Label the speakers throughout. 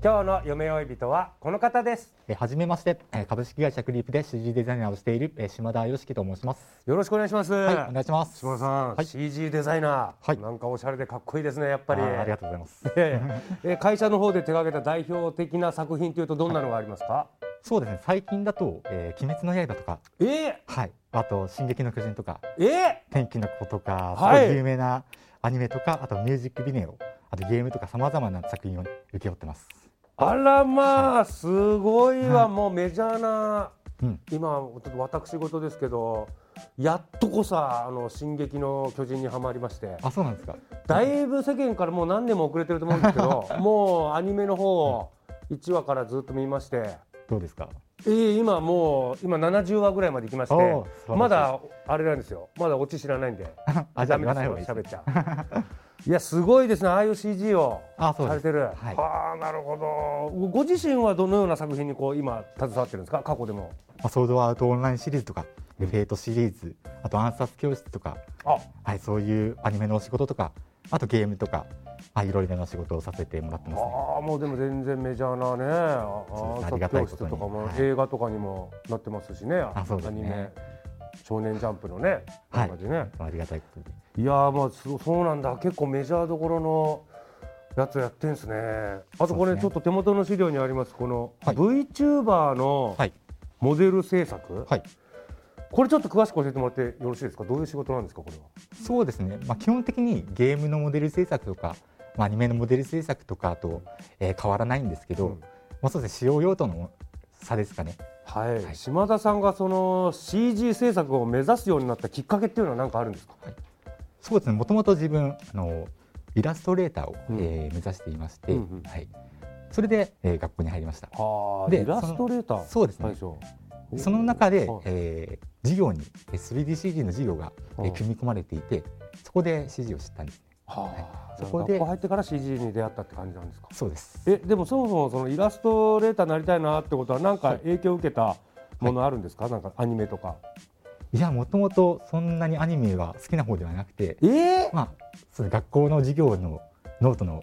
Speaker 1: 今日の夢追い人はこの方です
Speaker 2: えーはじめまして、えー株式会社クリープで CG デザイナーをしている、えー島田よしきと申します。
Speaker 1: よろしくお願いします、
Speaker 2: はい、お願いします。
Speaker 1: 島田さん、
Speaker 2: はい
Speaker 1: CG デザイナー、
Speaker 2: はい
Speaker 1: なんかおしゃれでかっこいいですねやっ
Speaker 2: あ
Speaker 1: ぱり
Speaker 2: ーありがとうございます。
Speaker 1: えええ会社の方で手掛けた代表的な作品というとどんなのがありますか、
Speaker 2: そうですね、最近だと、えー、鬼滅の刃とか、
Speaker 1: ええ
Speaker 2: はい、あと進撃の巨人とか、
Speaker 1: ええ
Speaker 2: 天気の子とか、
Speaker 1: はい
Speaker 2: すごい有名なアニメとか、あとミュージックビデオ、あとゲームとかさまざまな作品を受け負ってます。
Speaker 1: あらまあすごいわ、もうメジャーな
Speaker 2: うん、
Speaker 1: 今ちょっと私事ですけどやっとこさあの「進撃の巨人」にはまりまして
Speaker 2: あ、そうなんですか。
Speaker 1: だいぶ世間からもう何年も遅れてると思うんですけ どもうアニメの方を1話からずっと見まして、
Speaker 2: どうですか。
Speaker 1: えー今もう今70話ぐらいまで行きまし
Speaker 2: おー
Speaker 1: て
Speaker 2: 素晴らしい
Speaker 1: まだあれなんですよまだオチ知らないんで
Speaker 2: あ、じゃ
Speaker 1: ダ
Speaker 2: あ
Speaker 1: メで
Speaker 2: 言わ
Speaker 1: す
Speaker 2: ない
Speaker 1: よ
Speaker 2: 方がいいです。
Speaker 1: 喋っちゃう いやすごいですねああいう CG を
Speaker 2: あそう
Speaker 1: さ
Speaker 2: で
Speaker 1: れ
Speaker 2: す
Speaker 1: てる
Speaker 2: はい
Speaker 1: ああなるほどご自身はどのような作品にこう今携わってるんですか過去でも
Speaker 2: まあ、ソードアウトオンラインシリーズとか、フェイトシリーズ、あと暗殺教室とか、
Speaker 1: あ
Speaker 2: はい、そういうアニメのお仕事とか、あとゲームとか、はい、いろいろなお仕事をさせてもらってますね。
Speaker 1: ああもうでも全然メジャーなねあ
Speaker 2: そう
Speaker 1: あ
Speaker 2: あり
Speaker 1: 作
Speaker 2: がた
Speaker 1: 教
Speaker 2: いこ
Speaker 1: 室
Speaker 2: と
Speaker 1: と
Speaker 2: に
Speaker 1: かも
Speaker 2: はい
Speaker 1: 映画とかにもなってますしね
Speaker 2: あそうです
Speaker 1: アニ
Speaker 2: ね
Speaker 1: メ「少年ジャンプ」のね
Speaker 2: はい
Speaker 1: とかでね
Speaker 2: ありがたいことで。
Speaker 1: いやーまあそそうなんだ結構メジャーどころのやつやってんすねあとこ
Speaker 2: そう
Speaker 1: れ
Speaker 2: です
Speaker 1: ちょ
Speaker 2: ね
Speaker 1: っと手元の資料にありますこの
Speaker 2: はい
Speaker 1: VTuber の
Speaker 2: はい、
Speaker 1: モデル制作
Speaker 2: はい、
Speaker 1: これちょっと詳しく教えてもらってよろしいですかどういう仕事なんですかこれは
Speaker 2: そうですね。まあ、基本的にゲームのモデル制作とか、まあ、アニメのモデル制作とかと、えー変わらないんですけど、
Speaker 1: うん
Speaker 2: まあ、そうですね。使用用途の差ですかね。
Speaker 1: はい、
Speaker 2: はい
Speaker 1: 島田さんがその CG 制作を目指すようになったきっかけっていうのは何かあるんですか
Speaker 2: そうですね。もともと自分、あの、イラストレーターを、
Speaker 1: うん
Speaker 2: えー目指していまして、
Speaker 1: うんうん
Speaker 2: はい。それで、えー学校に入りました。
Speaker 1: はあ
Speaker 2: で
Speaker 1: イラストレーター
Speaker 2: そうですね
Speaker 1: 最初
Speaker 2: その中で
Speaker 1: はい、
Speaker 2: えー授業にえー 3DCG の授業が、えー
Speaker 1: うん
Speaker 2: 組み込まれていてそこで CG を知ったんですね
Speaker 1: はあ
Speaker 2: そこで
Speaker 1: 学校入ってから CG に出会ったって感じなんですか
Speaker 2: そうです
Speaker 1: えでもそもそもそのイラストレーターになりたいなってことはなんか影響を受けたものあるんですか、なんかアニメとか
Speaker 2: いやもともとそんなにアニメは好きな方ではなくて
Speaker 1: ええ
Speaker 2: まあその学校の授業のノートの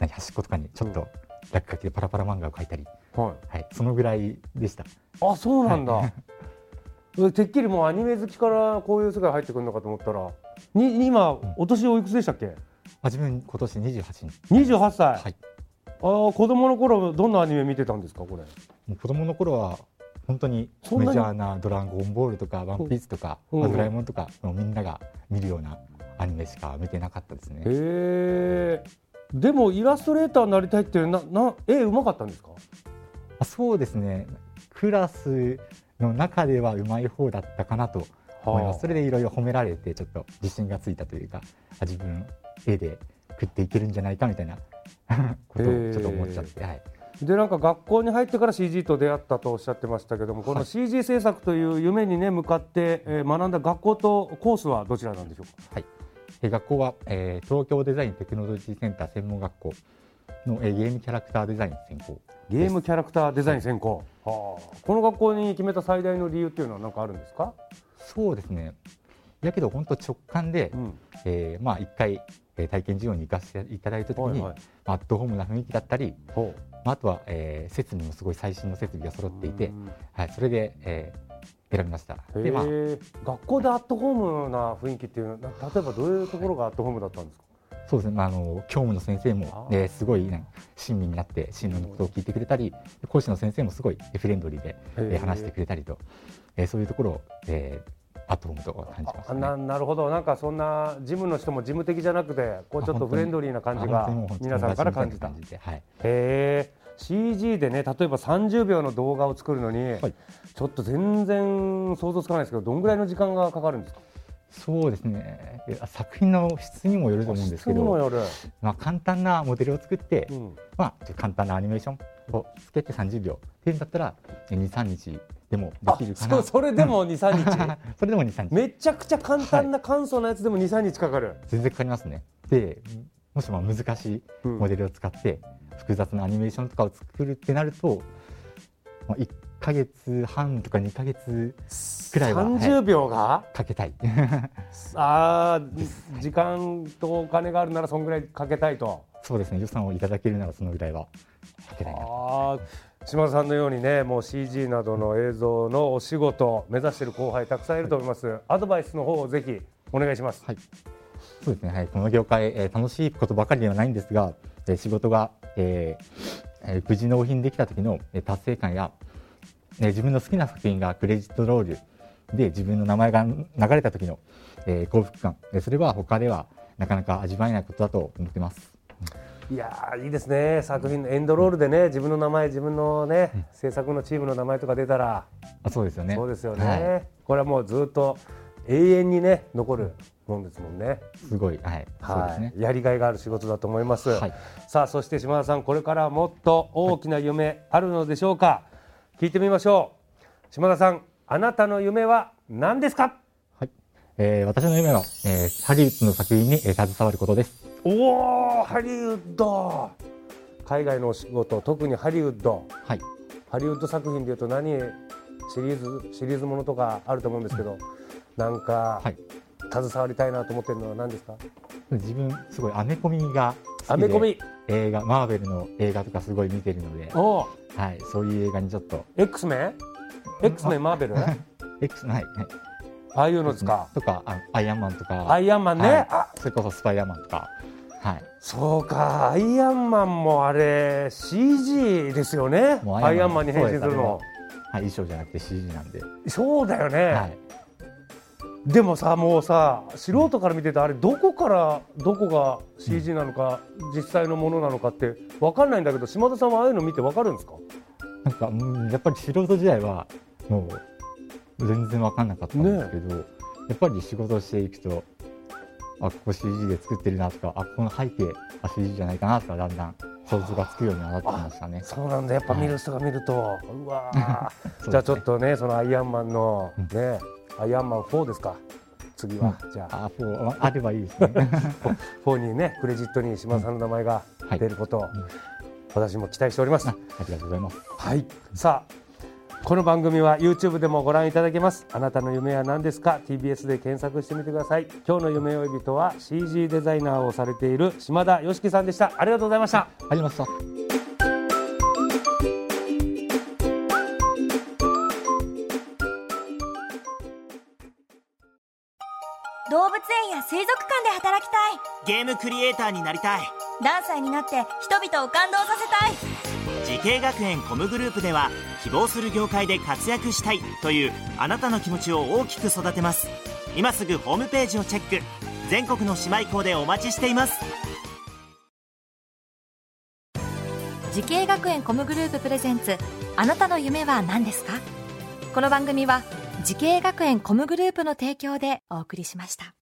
Speaker 2: 何端っことかにちょっと落書きでパラパラ漫画を描いたり、
Speaker 1: はい
Speaker 2: はい、そのぐらいでした
Speaker 1: あそうなんだ、 えてっきりもうアニメ好きからこういう世界入ってくるのかと思ったらに今お年おいくつでしたっけ
Speaker 2: あ自分今年28に、
Speaker 1: 28歳、
Speaker 2: はい、
Speaker 1: あー子供の頃どんなアニメ見てたんですかこれ
Speaker 2: もう子供の頃は本当に
Speaker 1: そんな
Speaker 2: メ
Speaker 1: に
Speaker 2: ジャーな「ドラゴンボール」とか「ワンピース」とか「
Speaker 1: うん
Speaker 2: まあ
Speaker 1: うん
Speaker 2: ドラえもん」とかもうみんなが見るようなアニメしか見てなかったですね。
Speaker 1: へえでもイラストレーターになりたいってなな絵うまかったんですか
Speaker 2: あそうですねクラスの中ではうまい方だったかなと思い
Speaker 1: は
Speaker 2: ます、
Speaker 1: あ
Speaker 2: それでいろいろ褒められてちょっと自信がついたというかあ自分絵で食っていけるんじゃないかみた いなこと
Speaker 1: へえ
Speaker 2: をちょっと思っちゃって、はい、
Speaker 1: でなんか学校に入ってから CG と出会ったとおっしゃってましたけどもこの CG 制作という夢にね向かって、えー学んだ学校とコースはどちらなんでしょうか
Speaker 2: え学校は、えー東京デザインテクノロジーセンター専門学校の、えーゲームキャラクターデザイン専攻
Speaker 1: ゲームキャラクターデザイン専攻、はあこの学校に決めた最大の理由っていうのは何かあるんですか、
Speaker 2: そうですねやけど本当直感で、
Speaker 1: うん
Speaker 2: えーまあ一回、えー体験授業に行かせていただいた時
Speaker 1: はい
Speaker 2: に、
Speaker 1: はい
Speaker 2: アットホームな雰囲気だったり、
Speaker 1: ほ
Speaker 2: まあ、あとは、えー設備もすごい最新の設備が揃
Speaker 1: う
Speaker 2: っていて
Speaker 1: う、ん
Speaker 2: はい、それで、えー選びました。
Speaker 1: へ
Speaker 2: で、まあ、
Speaker 1: え学校でアットホームな雰囲気っていうのはな例えばどういうところがアットホームだったんですか、
Speaker 2: そうですね、まあ、あの教務の先生も
Speaker 1: あ、ー
Speaker 2: えーすごい、ね、親身になって進路のことを聞いてくれたり講師の先生もすごいフレンドリーで、えー話してくれたりと、えーそういうところを、えー、アットホームと感じました、
Speaker 1: あ
Speaker 2: ね。
Speaker 1: ななるほどなんかそんな事務の人も事務的じゃなくてこうちょっとフレンドリーな感じ
Speaker 2: あ
Speaker 1: が
Speaker 2: 本当にもう本当に
Speaker 1: 皆さんから感じた
Speaker 2: 友達みいな感じで、はい、
Speaker 1: へえ CG でね例えば30秒の動画を作るのに、
Speaker 2: はい
Speaker 1: ちょっと全然想像つかないですけどどんぐらいの時間がかかるんですか
Speaker 2: そうですねいや作品の質にもよると思うんですけ
Speaker 1: 質にも
Speaker 2: ど、
Speaker 1: よる、
Speaker 2: まあ、簡単なモデルを作って、
Speaker 1: うん
Speaker 2: まあ、ちょっと簡単なアニメーションをつけて30秒っていうんだったら23日でもで
Speaker 1: あ
Speaker 2: きるか
Speaker 1: そ
Speaker 2: な
Speaker 1: うそれでも23日
Speaker 2: それでも23日
Speaker 1: めちゃくちゃ簡単な簡素なやつでも23日かかる、
Speaker 2: 全然かかりますねでもしも難しい
Speaker 1: うん
Speaker 2: モデルを使って複雑なアニメーションとかを作るってなると、まあ、1か月半とか2か月くらいは、はい
Speaker 1: 30秒が、
Speaker 2: かけたい
Speaker 1: あー時間とお金があるならそんぐらいかけたいと。
Speaker 2: そうですね予算をいただけるならそのぐらいはかけたいな
Speaker 1: あー島田さんのようにねもう CG などの映像のお仕事を目指している後輩たくさんいると思います、アドバイスの方をぜひお願いします、
Speaker 2: はいそうですね、はい、この業界、えー楽しいことばかりではないんですが、えー仕事が、えーえー無事納品できた時のえー達成感や、えー自分の好きな作品がクレジットロールで自分の名前が流れた時の、えー幸福感、えーそれは他ではなかなか味わえないことだと思ってます。
Speaker 1: い、やーいいですね作品のエンドロールでね自分の名前自分のね制作のチームの名前とか出たら
Speaker 2: あそうですよね
Speaker 1: そうですよね、
Speaker 2: は
Speaker 1: これはもうずっと永遠にね残るもんですもんね
Speaker 2: い、すごい、はい、そうで
Speaker 1: は
Speaker 2: す
Speaker 1: い、
Speaker 2: ね。
Speaker 1: やりがいがある仕事だと思います、
Speaker 2: はい
Speaker 1: さあそして島田さんこれからもっと大きな夢あるのでしょうか、聞いてみましょう島田さんあなたの夢は何ですか
Speaker 2: はいえー私の夢は、えーハリウッドの作品に、えー携わることです。
Speaker 1: おおハリウッド海外のお仕事特にハリウッド
Speaker 2: はい、
Speaker 1: ハリウッド作品でいうと何シリーズシリーズものとかあると思うんですけどなんか、
Speaker 2: はい、
Speaker 1: 携わりたいなと思ってるのは何ですか
Speaker 2: 自分すごいアメコミが好きで
Speaker 1: アメコミ
Speaker 2: 映画マーベルの映画とかすごい見てるので、
Speaker 1: おお
Speaker 2: はい、そういう映画にちょっ と
Speaker 1: X メン X メンマーベルあ
Speaker 2: X はい、はい、
Speaker 1: あいうのです か
Speaker 2: とかあアイアンマンとか
Speaker 1: アイアンマンね、
Speaker 2: はい
Speaker 1: あ
Speaker 2: それこそスパイダーマンとか、はい、
Speaker 1: そうかアイアンマンもあれ CG ですよね
Speaker 2: もう
Speaker 1: アイアンマンに変身するの
Speaker 2: はい、衣装じゃなくて CG なんで、
Speaker 1: そうだよね、
Speaker 2: はい、
Speaker 1: でもさもうさ素人から見てたあれどこからどこが CG なのか、実際のものなのかって分かんないんだけど島田さんはああいうの見て分かるんですか
Speaker 2: なんか、うん、やっぱり素人時代はもう全然分かんなかったんですけど、やっぱり仕事をしていくとあここ CG で作ってるなとかあこの背景あ CG じゃないかなとかだんだん想像がつくようにはなってきましたね。
Speaker 1: そうなんだやっぱ見る人が見ると、うわ ー
Speaker 2: そうですね
Speaker 1: じゃあちょっとねそのアイアンマンのね、アイアンマン4ですか次は、じゃあ
Speaker 2: あ、そうああればいいですね。
Speaker 1: フォーにねクレジットに島田さんの名前が
Speaker 2: はい
Speaker 1: 出ることを私も期待しております、
Speaker 2: あありがとうございます。
Speaker 1: はいさあこの番組は YouTube でもご覧いただけますあなたの夢は何ですか TBS で検索してみてください今日の夢追い人は CG デザイナーをされている島田よしきさんでしたありがとうございました
Speaker 2: ありました。
Speaker 3: 動物園や水族館で働きたい
Speaker 4: ゲームクリエイターになりたい
Speaker 3: 何歳になって人々を感動させたい
Speaker 4: 時系学園コムグループでは希望する業界で活躍したいというあなたの気持ちを大きく育てます今すぐホームページをチェック全国の姉妹校でお待ちしています
Speaker 5: 時系学園コムグループプレゼンツあなたの夢は何ですかこの番組は時系学園コムグループの提供でお送りしました